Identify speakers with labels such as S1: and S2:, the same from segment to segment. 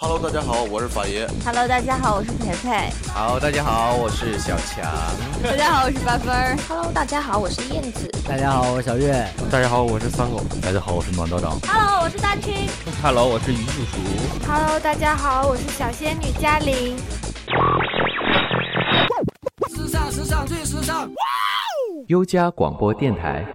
S1: Hello，大家好，我是法爷。
S2: Hello，大家好，我是培培。
S3: 好，大家好，我是小强。
S2: 大家好，我是八分儿。
S4: Hello，大家好，我是燕子。
S5: 大家好，我是小月。
S6: 大家好，我是三狗。
S7: 大家好，我是暖道长。
S8: Hello，我是大青。
S9: Hello，我是于叔叔。
S10: Hello，大家好，我是小仙女嘉玲。
S11: 时尚，时尚最时尚！哇
S12: 哦！优家广播电台。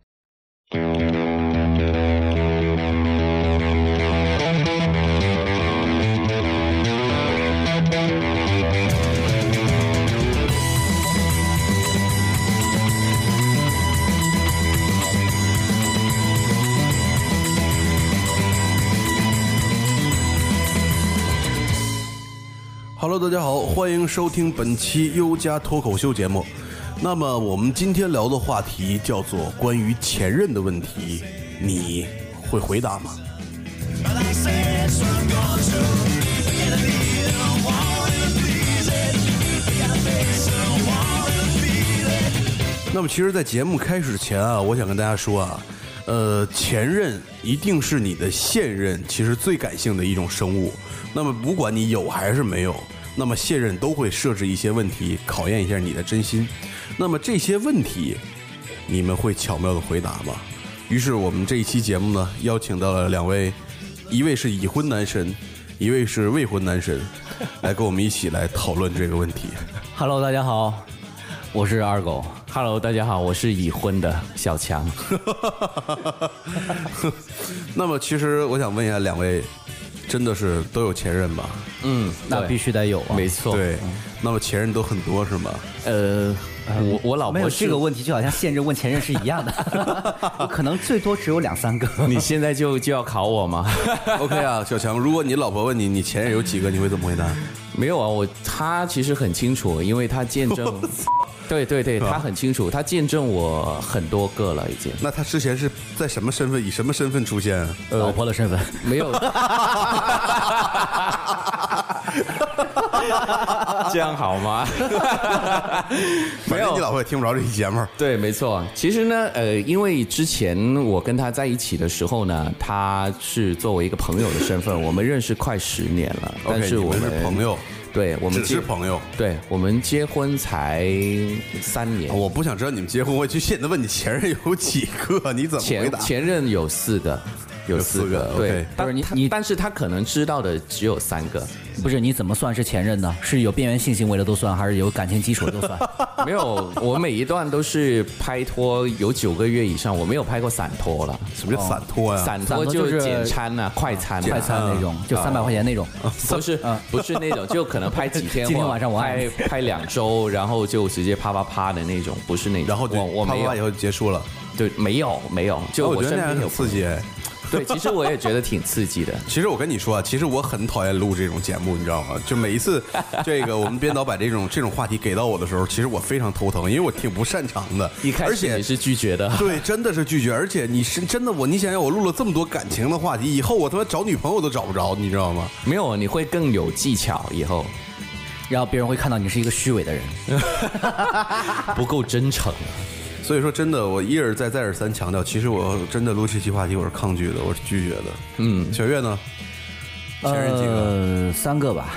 S1: Hello，大家好，欢迎收听本期优家脱口秀节目。那么我们今天聊的话题叫做关于前任的问题，你会回答吗？那么其实，在节目开始前啊，我想跟大家说啊，呃，前任一定是你的现任，其实最感性的一种生物。那么不管你有还是没有。那么现任都会设置一些问题，考验一下你的真心。那么这些问题，你们会巧妙的回答吗？于是我们这一期节目呢，邀请到了两位，一位是已婚男神，一位是未婚男神，来跟我们一起来讨论这个问题。
S5: Hello，大家好，我是二狗。
S9: Hello，大家好，我是已婚的小强。
S1: 那么其实我想问一下两位。真的是都有前任吧？
S5: 嗯， 那必须得有啊，
S9: 没错。
S1: 对，那么前任都很多 是吗？
S9: 呃，我我老婆
S5: 嗯没有这个问题，就好像现任问前任是一样 的，可能最多只有两三个。
S9: 你现在就就要考我吗
S1: ？OK 啊，小强，如果你老婆问你你前任有几个，你会怎么回答？
S9: 没有啊，我他其实很清楚，因为他见 证，对对对，他很清楚，他见证我很多个了已经。
S1: 那他之前是在什么身份，以什么身份出现、啊？
S5: 呃、老婆的身份
S9: 没 有。 这样好 吗？
S1: 没有，你老婆也听不着这期节目。
S9: 对，没错。其实呢，呃，因为之前我跟他在一起的时候呢，他是作为一个朋友的身份，我们认识快十年了。 但是我们
S1: 是朋友，
S9: 对，我们
S1: 只是朋友。
S9: 对，我们结婚才三年。
S1: 我不想知道你们结婚，我就现在问你前任有几个，你怎么回答？
S9: 前任有四个。有四个，
S1: 四个对，
S9: 但是你你，但是他可能知道的只有三 个，
S5: 不是？你怎么算是前任呢？是有边缘性行为的都算，还是有感情基础的都算？
S9: 没有，我每一段都是拍拖有九个月以上，我没有拍过散拖了。哦
S1: 什么叫散拖呀、啊？
S9: 散拖就是简餐呐、啊、快餐、啊、
S5: 快餐那种，就三百块钱那种，
S9: 不是不是那种，就可能拍 几天，
S5: 嗯今天晚上我
S9: 拍拍两周，然后就直接啪啪啪的那种，不是那种。
S1: 然后
S9: 我我
S1: 啪啪以后就结束了，
S9: 对，没有没有，就
S1: 我
S9: 身边有
S1: 刺激。哎
S9: 对，其实我也觉得挺刺激的。
S1: 其实我跟你说啊，其实我很讨厌录这种节目，你知道吗？就每一 次这个我们编导把这种这种话题给到我的时候，其实我非常头疼，因为我挺不擅长的。
S9: 一开始你是拒 绝的，
S1: 对，真的是拒绝。而且你是真的我，你想想，我录了这么多感情的话题，以后我他妈找女朋友都找不着，你知道吗？
S9: 没有，你会更有技巧以后。
S5: 然后别人会看到你是一个虚伪的人，
S9: 不够真诚。
S1: 所以说，真的，我一而再、再而三强调，其实我真的录这期话题，我是抗拒的，我是拒绝的。
S9: 嗯，
S1: 小月呢？前任几个？
S5: 呃、三个嗯吧。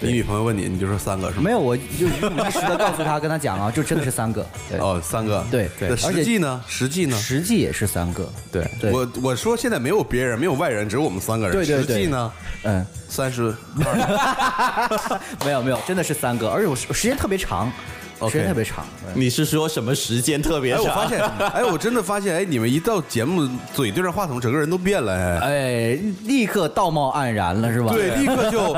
S1: 你女朋友问你，你就说三个是吗？
S5: 没有，我就如实的告诉她，跟她讲啊，就真的是三个。
S1: 哦，三个。
S5: 对
S1: 对。实际呢？实际呢？
S5: 实际也是三个。
S9: 对。
S5: 对
S1: 我我说现在没有别人，没有外人，只有我们三个人。
S5: 对对对。
S1: 实际呢？
S5: 嗯，
S1: 三十。
S5: 没有没有，真的是三个，而且我时间特别长。时间特别长，
S9: 你是说什么时间特别长？
S1: 哎，我发现，哎，我真的发现，哎，你们一到节目，嘴对上话筒，整个人都变了，
S5: 哎，哎，立刻道貌岸然了，是吧？
S1: 对，立刻就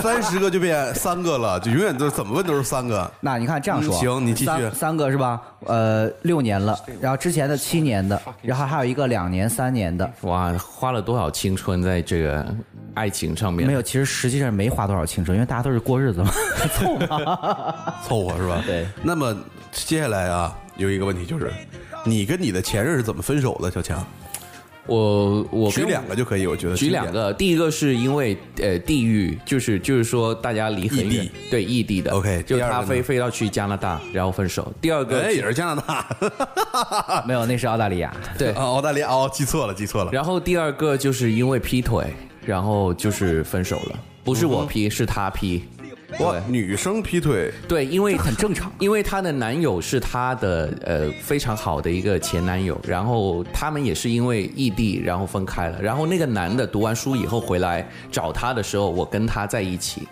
S1: 三十个就变三个了，就永远都怎么问都是三个。
S5: 那你看这样说，啊
S1: 嗯、行，你继续
S5: 三，三个是吧？呃，六年了，然后之前的七年的，然后还有一个两年、三年的。
S9: 哇，花了多少青春在这个爱情上面？
S5: 没有，其实实际上没花多少青春，因为大家都是过日子嘛，凑嘛，
S1: 凑合是吧？
S5: 对，
S1: 那么接下来啊，有一个问题就是，你跟你的前任是怎么分手的？小强，
S9: 我我
S1: 举两个就可以，我觉得
S9: 举两个。第一个是因为呃地域，就是就是说大家离很远，对异地的。
S1: OK，
S9: 就他飞飞到去加拿大，然后分手。第二个
S1: 也是加拿大，
S5: 没有，那是澳大利亚。
S9: 对，
S1: 哦澳大利亚哦，记错了，记错了。
S9: 然后第二个就是因为劈腿。然后就是分手了，不是我劈，是他劈。
S1: 哇，女生劈腿，
S9: 对，因为
S5: 这很正常
S9: 因为她的男友是她的呃非常好的一个前男友，然后他们也是因为异地然后分开了，然后那个男的读完书以后回来找她的时候，我跟他在一起，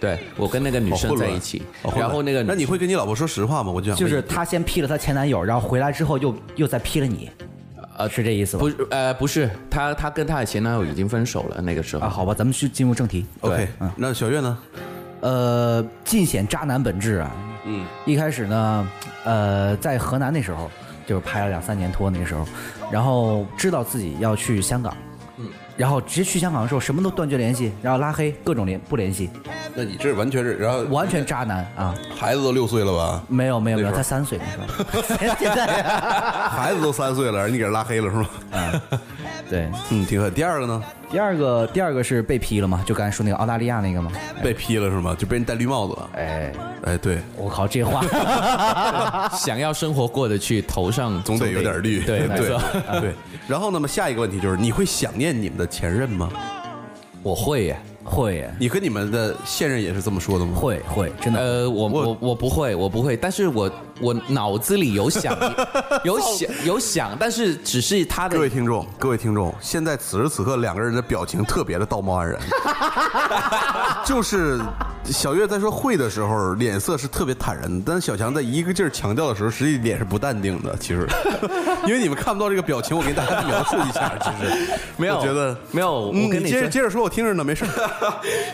S9: 对我跟那个女
S1: 好
S9: 生
S1: 哦混
S9: 在
S1: 乱
S9: 一起
S1: 好，混
S9: 然
S1: 乱哦
S9: 后那个
S1: 那你会跟你老婆说实话吗？我就想问
S5: 就是
S1: 你
S5: 她先劈了她前男友，然后回来之后又又再劈了你，呃，是这意思吧？
S9: 不是呃不是她她跟她的前男友已经分手了那个时候
S5: 啊， 好吧，咱们去进入正题。
S1: OK，嗯
S9: 对嗯
S1: 那小月呢？
S5: 呃，尽显渣男本质啊。
S1: 嗯，
S5: 一开始呢，呃，在河南那时候，就是拍了两三年拖那个时候，然后知道自己要去香港，嗯，然后直接去香港的时候，什么都断绝联系，然后拉黑各种联不联系，
S1: 那你这完全是，然后
S5: 完全渣男啊！
S1: 孩子都六岁了吧？
S5: 没有没有没
S1: 那
S5: 有，
S1: 时候
S5: 才三岁那时 候，现在啊呀
S1: 孩子都三岁了，你给人拉黑了是吗？
S9: 嗯
S5: 对。
S1: 嗯，挺狠。第二个呢，
S5: 第二个第二个是被批了嘛，就刚才说那个澳大利亚那个嘛，
S9: 哎
S1: 被劈了是吗？就被人戴绿帽子了。
S5: 哎，
S1: 哎，对，
S5: 我靠，这话
S9: 想要生活过得去，头上
S1: 总得有点绿。
S9: 对没
S1: 对
S9: 错，
S1: 对。然后，那么下一个问题就是，你会想念你们的前任吗？
S9: 我会耶。
S5: 会耶
S1: 你跟你们的现任也是这么说的吗？
S5: 会会，真 的
S9: 呃，我
S1: 我
S9: 我我不会，我不会，但是我我脑子里有想，有想有想，但是只是他的
S1: 各位听众，各位听众，现在此时此刻两个人的表情特别的道貌岸然，就是小月在说会的时候脸色是特别坦然的，但是小强在一个劲儿强调的时候，实际脸是不淡定的。其实，因为你们看不到这个表情，我给大家描述一下，其实
S9: 没有
S1: 我觉得
S9: 没有我
S1: 嗯
S9: 跟你
S1: 接着
S9: 说
S1: 接着说，我听着呢，没事。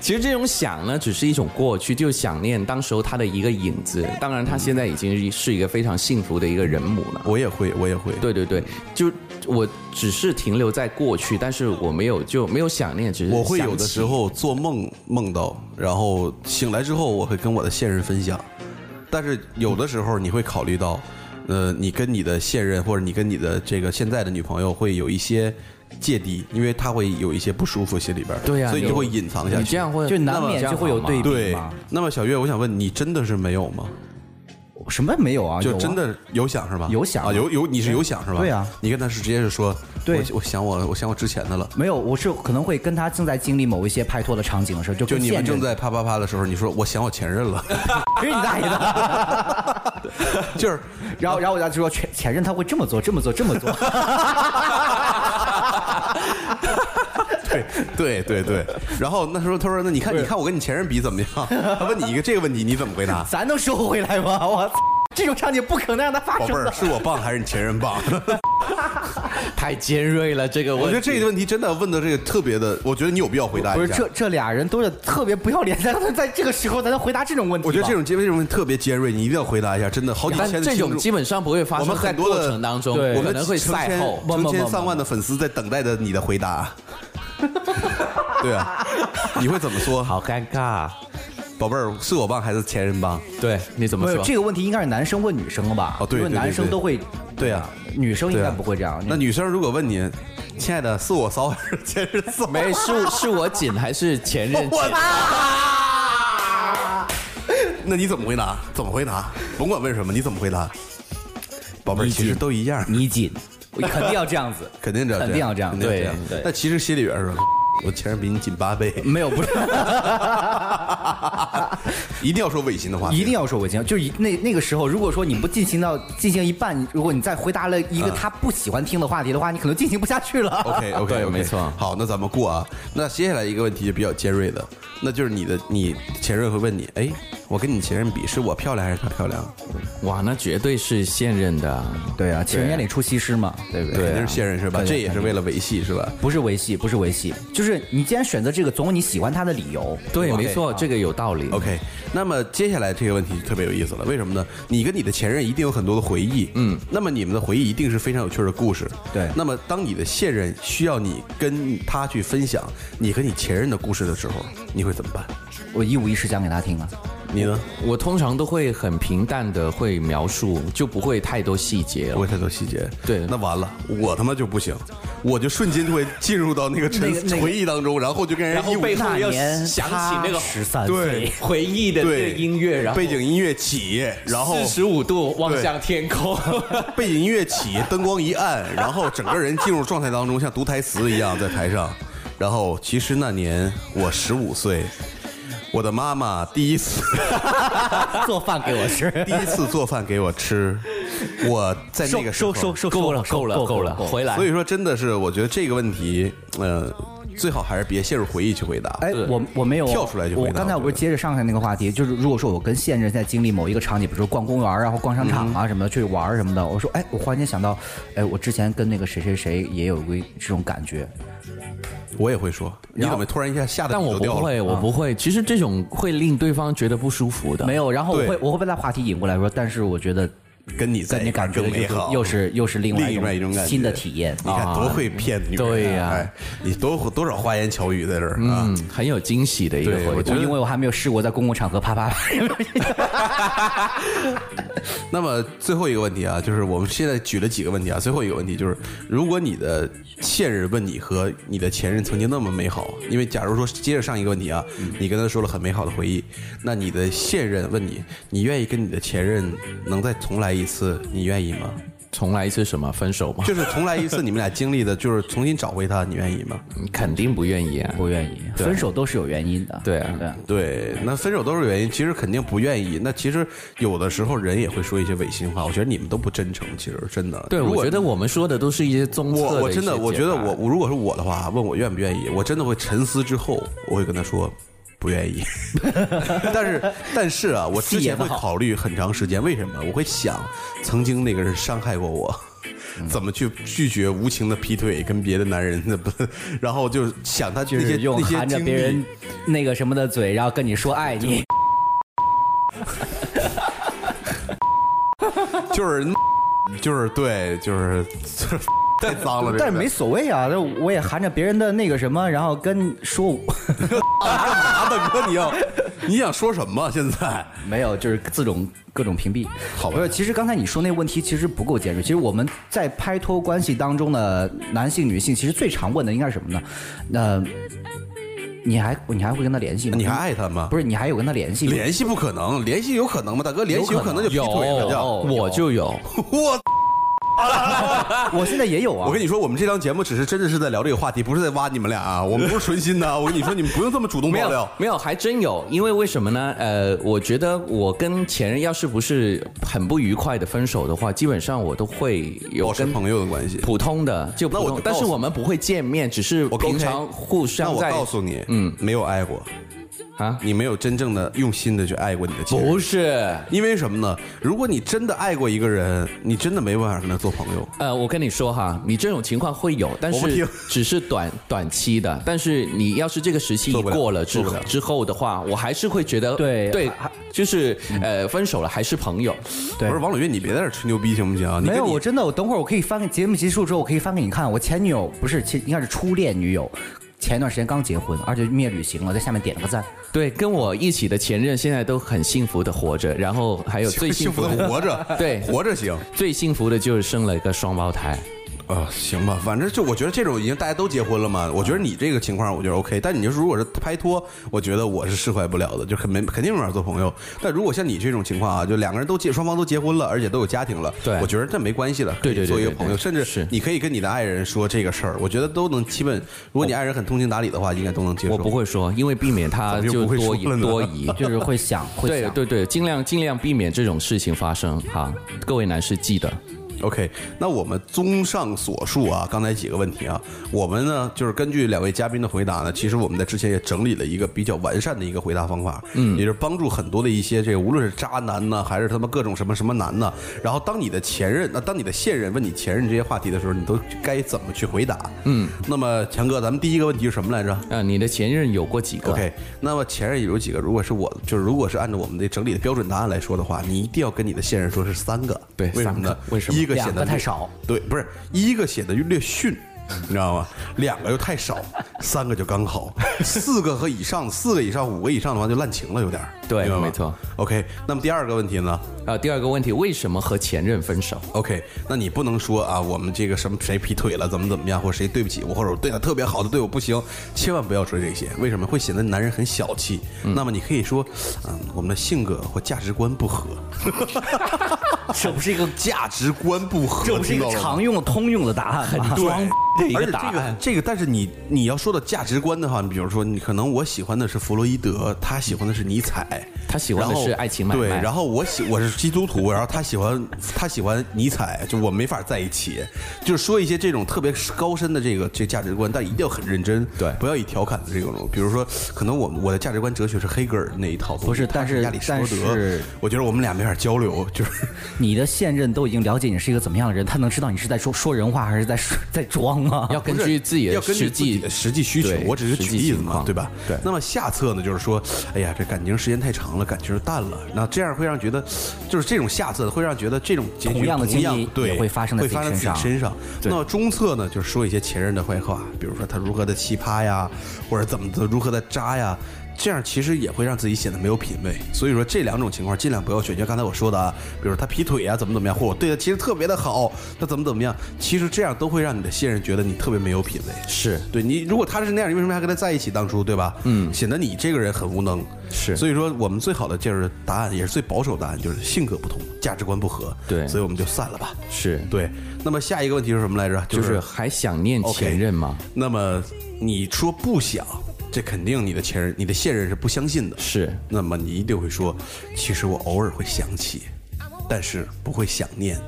S9: 其实这种想呢，只是一种过去，就想念当时候他的一个影子。当然，他现在已经是一个非常幸福的一个人母了。
S1: 我也会，我也会。
S9: 对对对，就我只是停留在过去，但是我没有就没有想念，只是
S1: 我会有
S9: 想
S1: 的
S9: 起
S1: 时候做梦梦到，然后醒来之后我会跟我的现任分享。但是有的时候你会考虑到，呃，你跟你的现任或者你跟你的这个现在的女朋友会有一些芥蒂，因为她会有一些不舒服心里边儿，
S9: 对呀、
S1: 所以你就
S9: 有
S1: 会隐藏下去。
S9: 你这样会
S5: 就难
S9: 那么
S5: 免
S9: 这样
S5: 就会有
S9: 好吗
S5: 对比
S1: 对
S5: 嘛。
S1: 那么小月，我想问你，真的是没有吗？
S5: 什么没有啊？
S1: 呃就
S5: 有啊
S1: 真的有想是吧？
S5: 有想
S1: 啊，有有，你是有想是吧？
S5: 对啊
S1: 你跟他是直接是说，
S5: 对
S1: 我我想我我想我之前的了。
S5: 没有，我是可能会跟他正在经历某一些拍拖的场景的时候，就
S1: 就
S5: 跟
S1: 你
S5: 现
S1: 们
S5: 任
S1: 正在啪啪啪的时候，你说我想我前任了，
S5: 去你大爷的！
S1: 就是
S5: 然后，然后我家就说前前任他会这么做，这么做，这么做。？
S1: 对对对，然后那时候他说：“那你看，你看我跟你前任比怎 么样？”他问你一个这个问题，你怎么回答
S5: 咱能收回来吗？ 我操，这种场景不可能让它发
S1: 宝
S5: 生
S1: 贝儿，
S5: 的。
S1: 是我棒还是你前任 棒？
S9: 太尖锐了这个
S1: 我
S9: 问
S1: 觉得
S9: 题。
S1: 这个问题真的问的这个特别的，我觉得你有必要回答一
S5: 不
S1: 下。
S5: 是这这俩人都是特别不要脸，咱们在这个时候咱能回答这种问题吗？
S1: 我觉得这种这种问题特别尖锐，你一定要回答一下。真的，好几
S9: 但
S1: 千的
S9: 这
S1: 听
S9: 种
S1: 众
S9: 基本上不会发
S1: 我
S9: 生
S1: 们
S9: 在
S1: 很多
S9: 过
S1: 的
S9: 程当中，
S1: 我
S9: 可
S1: 们
S9: 能会
S1: 成
S9: 赛
S1: 千
S9: 后。
S1: 成千上万的粉丝在等待着你的回答。 对啊，你会怎么说？
S9: 好尴尬，
S5: 啊
S1: 宝贝儿，是我棒还是前任棒？
S9: 对，你怎么
S5: 没有
S9: 说？
S5: 这个问题应该是男生问女生了吧？
S1: 哦对
S5: 因为
S1: 对对
S5: 男生
S1: 对
S5: 都会，
S1: 对啊，
S5: 女生应
S1: 对
S5: 该
S1: 啊
S5: 不会这样。
S1: 那女生如果问你，亲爱的，是我骚还是前任骚？
S9: 没是是我紧还是前 任紧？
S1: 那你怎么回答？怎么回答？甭管问什么，你怎么回答？宝贝儿，
S5: 你
S1: 其实
S5: 紧
S1: 都一样，
S5: 你紧，肯定要这样子，
S1: 肯定这样，
S5: 肯定要这样
S1: 肯定
S5: 对
S9: 对
S1: 但其实心里边是，我前任比你紧八倍，
S5: 没有不 是。
S1: 一定要说违心的话，
S5: 一定要说违心，就是一那那个时候，如果说你不进行到进行一半，如果你再回答了一个他不喜欢听的话题的话，你可能进行不下去了。
S1: OK OK，
S9: 对没错
S1: 好，那咱们过啊。那接下来一个问题就比较尖锐的，那就是你的你前任会问你，哎，我跟你前任比，是我漂亮还是她漂亮？
S9: 哇，那绝对是现任的啊。
S5: 对啊，情人眼里出西施嘛，对不对？
S1: 肯定是现任是吧？
S5: 对
S1: 这也是为了维系是吧？
S5: 不是维系，不是维系，就是你既然选择这个，总有你喜欢他的理由。
S9: 对，
S1: OK，
S9: 没错，这个有道理。
S1: OK，那么接下来这个问题就特别有意思了，为什么呢？你跟你的前任一定有很多的回忆，嗯，那么你们的回忆一定是非常有趣的故事，
S5: 对
S1: 那么当你的现任需要你跟他去分享你和你前任的故事的时候，你会怎么办？
S5: 我一五一十讲给他听啊。
S1: 你呢？
S9: 我通常都会很平淡的会描述，就不会太多细
S1: 不
S9: 节了
S1: 会。太多细节，
S9: 对
S1: 那完了，我他妈就不行，我就瞬间就会进入到那个沉
S5: 那个那个
S1: 回忆当中，然后就跟人一
S9: 背
S1: 五
S9: 后
S5: 那
S9: 要
S5: 年
S9: 想起那个
S5: 十三
S1: 对
S5: 岁，
S9: 回忆的
S1: 对
S9: 音乐，然后
S1: 背景音乐起，然后
S9: 四十五度望向天空。
S1: 背景音乐起，灯光一暗，然后整个人进入状态当中，像读台词一样在台上。然后其实那年我十五岁，我的妈妈第一次
S5: 做饭给我 吃，
S1: 第一次做饭给我吃，我在那个时候
S5: 收收收
S9: 够
S5: 收
S9: 了，够了，够了，回来
S1: 所。以说真的是，我觉得这个问题，呃，最好还是别陷入回忆去回答。
S5: 哎，我我没有
S1: 跳出来就回答
S5: 我刚才我不
S1: 我
S5: 是
S1: 觉得
S5: 接着上海那个话题，就是如果说我跟现任在经历某一个场景，比如说逛公园啊或逛商
S1: 嗯
S5: 场啊什么的、去玩儿什么的，我说哎，我忽然间想到，哎，我之前跟那个谁谁谁也有过这种感觉，
S1: 嗯我也会说，你怎么突然一下吓得
S9: 但
S1: 你
S9: 我
S1: 就
S9: 不
S1: 掉了？
S9: 会，我不会。其实这种会令对方觉得不舒服的。
S5: 没有，然后我
S1: 对
S5: 会我会被他话题引过来说，但是我觉得
S1: 跟你在一
S5: 跟你
S1: 块儿
S5: 感觉
S1: 更美
S5: 就是
S1: 好，
S5: 又是又是另外
S1: 另外一种感觉
S5: 新的体验。啊
S1: 你看多会骗女人啊，
S9: 对呀
S1: 哎你多会多少花言巧语在这儿啊？
S9: 嗯，很有惊喜的一个
S1: 对
S9: 回
S1: 我
S9: 答
S1: 觉。得
S5: 因为我还没有试过在公共场合啪啪啪，
S1: 那么最后一个问题啊，就是我们现在举了几个问题啊，最后一个问题就是，如果你的现任问你和你的前任曾经那么美好，因为假如说接着上一个问题啊，你跟他说了很美好的回忆，那你的现任问你，你愿意跟你的前任能再重来一次，你愿意吗？
S9: 重来一次什么？分手 吗？
S1: 就是重来一次你们俩经历的，就是重新找回他，你愿意吗？
S9: 你肯定不愿意啊。
S5: 不愿意。分手都是有原因的。
S9: 对啊
S5: 对啊，
S1: 对，那分手都是原因，其实肯定不愿意。那其实有的时候人也会说一些违心话，我觉得你们都不真诚，其实真的。
S9: 对，
S1: 如果
S9: 我觉得我们说的都是一些综合
S1: 我
S9: 的
S1: 我
S9: 一
S1: 真的
S9: 些啊
S1: 我
S9: 解
S1: 觉得
S9: 答
S1: 我我如果是我的话，啊问我愿不愿意，我真的会沉思之后，我会跟他说不愿意。 但是但是啊，我之前会考虑很长时间，为什么？我会想曾经那个人伤害过我。
S5: 嗯
S1: 怎么去拒绝无情的劈腿跟别的 男人？那不，然后就想他
S5: 就
S1: 那些
S5: 是用
S1: 那些
S5: 含着
S1: 经
S5: 别
S1: 历
S5: 人，那个什么的嘴，然后跟你说爱你。
S1: 就是就是对，就是 就是太脏了。这个
S5: 但是没所谓啊，那我也含着别人的那个什么，然后跟说我
S1: 啊，大哥，你要你想说什么？现在
S5: 没有，就是各种各种屏蔽。
S1: 好吧
S5: 不是，其实刚才你说那问题其实不够尖锐。其实我们在拍拖关系当中的男性、女性，其实最常问的应该是什么呢？那、你还你还会跟他联系吗？
S1: 你还爱他吗？
S5: 不是你还有跟他联系吗？
S1: 联系不可能，联系有可能吗？大哥，联系有可能就劈腿了，
S9: 有，
S1: 就
S9: 我就有。
S1: 我。
S5: 我现在也有啊。
S1: 我跟你说，我们这档节目只是真的是在聊这个话题，不是在挖你们俩啊，我们不是纯心的啊。我跟你说，你们不用这么主动
S9: 没
S1: 爆
S9: 有
S1: 料，。
S9: 没有，还真有。因为为什么呢？呃，我觉得我跟前任要是不是很不愉快的分手的话，基本上我都会有
S1: 保持
S9: 跟
S1: 朋友的关系。
S9: 普通的就普
S1: 那我告，
S9: 通
S1: 诉
S9: 但是我们不会见面，只是
S1: 我
S9: 平常互
S1: 那
S9: 相
S1: 我
S9: 在
S1: 告诉你，嗯，没有爱过，
S9: 啊，
S1: 你没有真正的用心的去爱过你的前任
S9: 不是。
S1: 因为什么呢？如果你真的爱过一个人，你真的没办法跟他做朋友。
S9: 呃，我跟你说哈，你这种情况会有，但
S1: 我不听
S9: 是只是短短期的。但是你要是这个时期
S1: 做
S9: 一
S1: 不了
S9: 过了之
S1: 做不了
S9: 之后的话，我还是会觉得
S5: 对
S9: 对
S5: 还，
S9: 就是呃，分手了还是朋友。
S5: 对
S1: 不是王鲁豫，你别在这儿吹牛逼行不行啊？你跟
S5: 没有，
S1: 你
S5: 我真的，我等会儿我可以翻给节目结束之后，我可以翻给你看。我前女友不是前应该是初恋女友，前一段时间刚结婚，而且灭旅行了，在下面点了个赞。
S9: 对，跟我一起的前任现在都很幸福的活着，然后还有最
S1: 幸
S9: 幸福
S1: 福
S9: 的
S1: 的活着，
S9: 对
S1: 活着行
S9: 最幸福的就是生了一个双胞胎。
S1: 啊，行吧，反正就我觉得这种已经大家都结婚了嘛，我觉得你这个情况我觉得 OK，但你就是如果是拍拖，我觉得我是释怀不了的，就很没肯定没法做朋友。但如果像你这种情况啊，就两个人都结双方都结婚了，而且都有家庭了，
S9: 对
S1: 我觉得这没关系的，
S9: 对
S1: 可以
S9: 对对
S1: 做一个
S9: 对对
S1: 朋友，甚至
S9: 是
S1: 你可以跟你的爱人说这个事儿，我觉得都能基本，如果你爱人很通情达理的话，应该都能接受。
S9: 我不会说，因为避免他
S1: 怎么又
S9: 就
S1: 不会
S9: 多
S1: 说
S9: 疑
S1: 了呢
S9: 多疑。
S5: 就是会想，会
S9: 对
S5: 想，
S9: 对对，尽量尽量避免这种事情发生哈，各位男士记得。
S1: OK，那我们综上所述啊，刚才几个问题啊，我们呢就是根据两位嘉宾的回答呢，其实我们在之前也整理了一个比较完善的一个回答方法，嗯，也就是帮助很多的一些这个无论是渣男呢，还是他们各种什么什么男呢，然后当你的前任，那、当你的现任问你前任这些话题的时候，你都该怎么去回答？嗯，那么强哥，咱们第一个问题是什么来着？
S9: 啊，你的前任有过几个
S1: OK，那么前任有几个？如果是我，就是如果是按照我们的整理的标准答案来说的话，你一定要跟你的现任说是三个，
S9: 对
S1: 为什么
S9: 三
S1: 呢
S9: 个？为什么
S1: 一个显
S5: 两
S1: 得
S5: 个太
S1: 略
S5: 少，
S1: 对，不是一个显得略逊，
S5: 嗯
S1: 你知道吗？两个又太少，三个就刚好，四个和以上，四个以上，五个以上的话就滥情了，有点儿。
S9: 对
S1: 明白，吗
S9: 没错。
S1: OK，那么第二个问题呢
S9: 呃，第二个问题，为什么和前任分手？
S1: ？OK，那你不能说啊，我们这个什么谁劈腿了，怎么怎么样，或者谁对不起我，或者我对他特别好，他对我不行，千万不要说这些。为什么会显得男人很小气？那么你可以说，嗯，我们的性格或价值观不合，嗯
S5: 这不是一个
S1: 价值观不 合，
S5: 这不是一
S1: 听
S5: 个
S1: 到了吗
S5: 常用通用的答 案吗？
S1: 对，
S9: 啊的一个
S1: 而且
S9: 答案
S1: 这个这个，但是你你要说到价值观的话，你比如说，你可能我喜欢的是弗洛伊德，他喜欢的是尼采，
S9: 他喜欢的
S1: 然后
S9: 是爱情买卖
S1: 对，然后我喜我是基督徒，然后他喜欢他喜欢尼采，就我没法在一起。就是说一些这种特别高深的这个这价值观，但一定要很认真，
S9: 对
S1: 不要以调侃的这种。比如说，可能我我的价值观哲学是黑格尔那一套东西，
S5: 不是
S1: 他
S5: 但是
S1: 亚里士多
S5: 但
S1: 德
S5: 是，
S1: 我觉得我们俩没法交流，就是。
S5: 你的现任都已经了解你是一个怎么样的人，他能知道你是在说说人话还是在说在装吗？
S9: 要根据自己
S1: 啊要
S9: 的
S1: 根据
S9: 实
S1: 自己
S9: 际
S1: 的实际需求
S9: 对，
S1: 我只是
S9: 实
S1: 举
S9: 际
S1: 例子
S9: 情
S1: 嘛，
S9: 况
S1: 对吧？
S9: 对
S1: 那么下策呢，就是说，哎呀，这感情时间太长了，感情淡了。那这样会让觉得，就是这种下策会让觉得这种结局
S5: 同样的经历
S1: 对
S5: 也会发生在
S1: 会
S5: 自己
S1: 发生在
S5: 身
S1: 自己
S5: 上
S1: 身上。那么中策呢，就是说一些前任的坏话，比如说他如何的奇葩呀，或者怎么的如何的渣呀。这样其实也会让自己显得没有品位，所以说这两种情况尽量不要选。就像刚才我说的啊，比如他劈腿啊，怎么怎么样，或者我对他其实特别的好，他怎么怎么样，其实这样都会让你的现任觉得你特别没有品位。
S9: 是
S1: 对你，如果他是那样，你为什么还跟他在一起？当初对吧？嗯，显得你这个人很无能。
S9: 是
S1: 所以说我们最好的就是答案，也是最保守的答案，就是性格不同，价值观不合。
S9: 对
S1: 所以我们就散了吧。
S9: 是，
S1: 对，那么下一个问题是什么来着？、
S9: 就是是还想念
S1: OK
S9: 前任吗？
S1: 那么你说不想，这肯定你的前任、你的现任是不相信的。
S9: 是
S1: 那么你一定会说，其实我偶尔会想起，但是不会想念。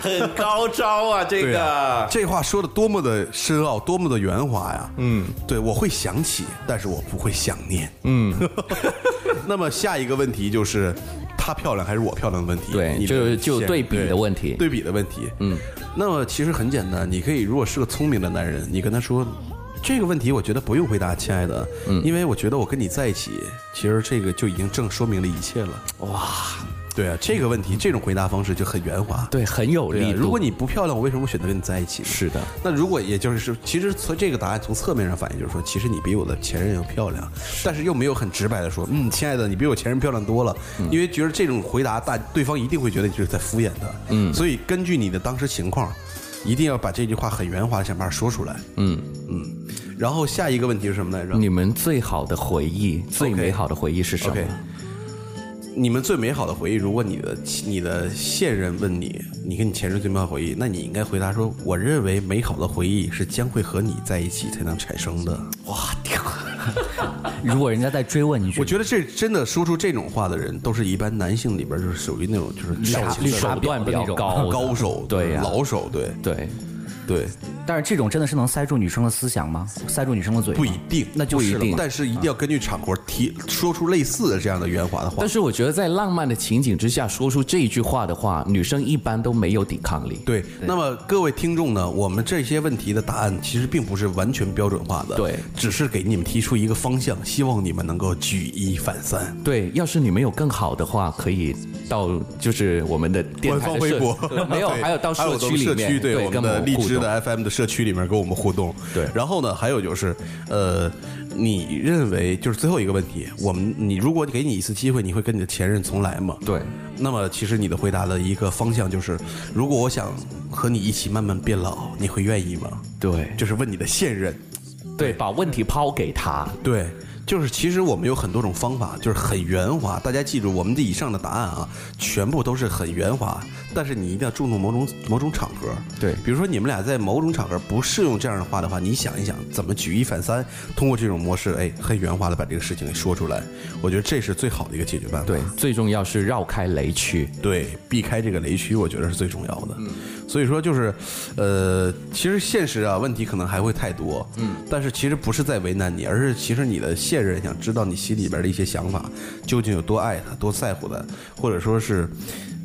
S9: 很高招啊，这
S1: 对啊，这话说的多么的深奥，多么的圆滑呀！嗯，对，我会想起，但是我不会想念。嗯， 那么下一个问题就是，她漂亮还是我漂亮的问题？
S9: 对
S1: 你的
S9: 就是就
S1: 现
S9: 对比的问题
S1: 对比的问题。嗯，那么其实很简单，你可以如果是个聪明的男人，你跟他说。这个问题我觉得不用回答，亲爱的，
S9: 嗯
S1: 因为我觉得我跟你在一起，其实这个就已经正说明了一切了。哇，对啊，这个问题这种回答方式就很圆滑。
S9: 对，很有
S1: 对啊
S9: 力度。
S1: 如果你不漂亮，我为什么会选择跟你在一起呢？
S9: 是的，
S1: 那如果也就是，其实从这个答案从侧面上反映，就是说，其实你比我的前任要漂亮，但是又没有很直白的说，嗯，亲爱的，你比我前任漂亮多了，因为觉得这种回答大对方一定会觉得你就是在敷衍他，嗯，所以根据你的当时情况，一定要把这句话很圆滑地想办法说出来，嗯嗯。然后下一个问题是什么来着？
S9: 你们最好的回忆，最美好的回忆是什么
S1: OK，你们最美好的回忆，如果你的你的现任问你，你跟你前任最美好的回忆，那你应该回答说：“我认为美好的回忆是将会和你在一起才能产生的。
S5: 如果人家在追问你一”句，
S1: 我觉得这真的说出这种话的人，都是一般男性里边就是属于那种就是
S9: 手
S1: 矫情
S9: 绿
S1: 的
S9: 茶婊的那种高
S1: 高手，
S9: 对呀
S1: 老手，对
S9: 对，
S1: 对，
S5: 但是这种真的是能塞住女生的思想吗？塞住女生的嘴吗？
S1: 不一定，啊
S5: 那就是了
S9: 不一定
S1: 但是一定要根据场合提说出类似的这样的圆滑的话
S9: 但。是我觉得在浪漫的情景之下说出这一句话的话，女生一般都没有抵抗力。
S1: 对，那么各位听众呢，我们这些问题的答案其实并不是完全标准化的，
S9: 对
S1: 只是给你们提出一个方向，希望你们能够举一反三。
S9: 对，要是你们有更好的话，可以到就是我们的电
S1: 官
S9: 台
S1: 方
S9: 的
S1: 微
S9: 社
S1: 博
S9: 对没有，
S1: 对
S9: 还有到
S1: 还有
S9: 社
S1: 我
S9: 区
S1: 们
S9: 里
S1: 社
S9: 面，
S1: 区
S9: 对，
S1: 我
S9: 跟
S1: 们的
S9: 互
S1: 荔枝
S9: 动
S1: 的 FM 的社区里面跟我们互动。
S9: 对
S1: 然后呢，还有就是，呃，你认为就是最后一个问题，我们你如果给你一次机会，你会跟你的前任重来吗？
S9: 对。
S1: 那么其实你的回答的一个方向就是，如果我想和你一起慢慢变老，你会愿意吗？
S9: 对
S1: 就是问你的现任。
S9: 对，把问题抛给他。
S1: 对，就是其实我们有很多种方法，就是很圆滑。大家记住，我们这以上的答案啊，全部都是很圆滑，但是你一定要注重某种某种场合。
S9: 对
S1: 比如说你们俩在某种场合不适用这样的话的话，你想一想怎么举一反三，通过这种模式，哎，很圆滑的把这个事情给说出来。我觉得这是最好的一个解决办法。
S9: 对，最重要是绕开雷区。
S1: 对，避开这个雷区，我觉得是最重要的。所以说就是，呃，其实现实啊，问题可能还会太多。嗯，但是其实不是在为难你，而是其实你的现任想知道你心里边的一些想法，究竟有多爱他，多在乎他，或者说是。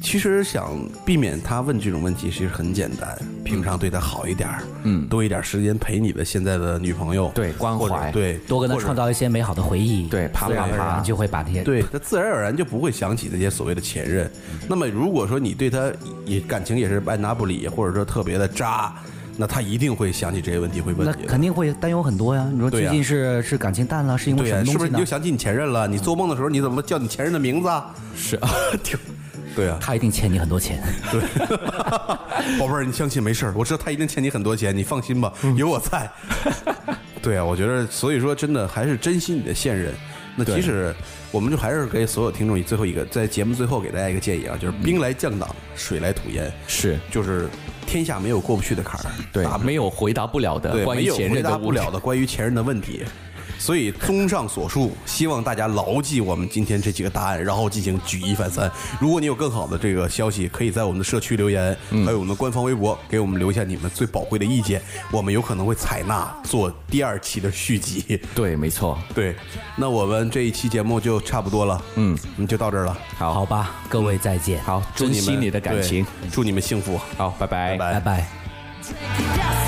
S1: 其实想避免他问这种问题，其实很简单，平常对他好一点嗯，多一点时间陪你的现在的女朋友，
S9: 对关
S1: 或者
S9: 怀
S1: 对，
S5: 多跟他
S1: 或者
S5: 创造一些美好的回忆，
S9: 对啪
S5: 自
S9: 啪
S5: 然而
S9: 啪
S5: 然就会把这些
S1: 对他自然而然就不会想起这些所谓的前任。那么如果说你对他也感情也是爱拿不理，或者说特别的渣，那他一定会想起这些问题，会问
S5: 那
S1: 你的。
S5: 肯定会担忧很多呀。你说
S1: 对
S5: 最
S1: 呀
S5: 近是是感情淡了，是因为
S1: 对
S5: 什
S1: 呀、
S5: 么
S1: 是
S5: 东
S1: 不
S5: 西
S1: 是你
S5: 呢
S1: 就？想起你前任了？你做梦的时候你怎么叫你前任的名字啊？
S9: 是 啊，就
S1: 对啊呀、
S5: 他一定欠你很多钱。
S1: 对，宝贝儿，你相信没事儿，我知道他一定欠你很多钱，你放心吧，有我在。嗯 对啊，我觉得，所以说真的还是珍惜你的现任。那即使我们就还是给所有听众最后一个，在节目最后给大家一个建议啊，就是兵来将挡，水来土掩，
S9: 是
S1: 就是天下没有过不去的坎儿，
S9: 对
S1: 打，不
S9: 没有回答不了的
S1: 对，
S9: 关
S1: 没
S9: 于
S1: 有
S9: 前
S1: 回
S9: 任
S1: 答
S9: 的
S1: 不
S9: 问
S1: 了
S9: 题。
S1: 的关于前任的问题。所以，综上所述，希望大家牢记我们今天这几个答案，然后进行举一反三。如果你有更好的这个消息，可以在我们的社区留言，还有我们的官方微博，给我们留下你们最宝贵的意见，我们有可能会采纳做第二期的续集。
S9: 对，没错。
S1: 对，那我们这一期节目就差不多了，嗯，就到这儿了。
S9: 好
S5: 好吧，各位再见，
S9: 好，
S1: 祝
S9: 珍
S1: 你
S9: 惜
S1: 们
S9: 你的感情。
S1: 对祝你们幸福。
S9: 好，拜拜
S1: 拜拜
S5: 拜拜。
S11: Take it down.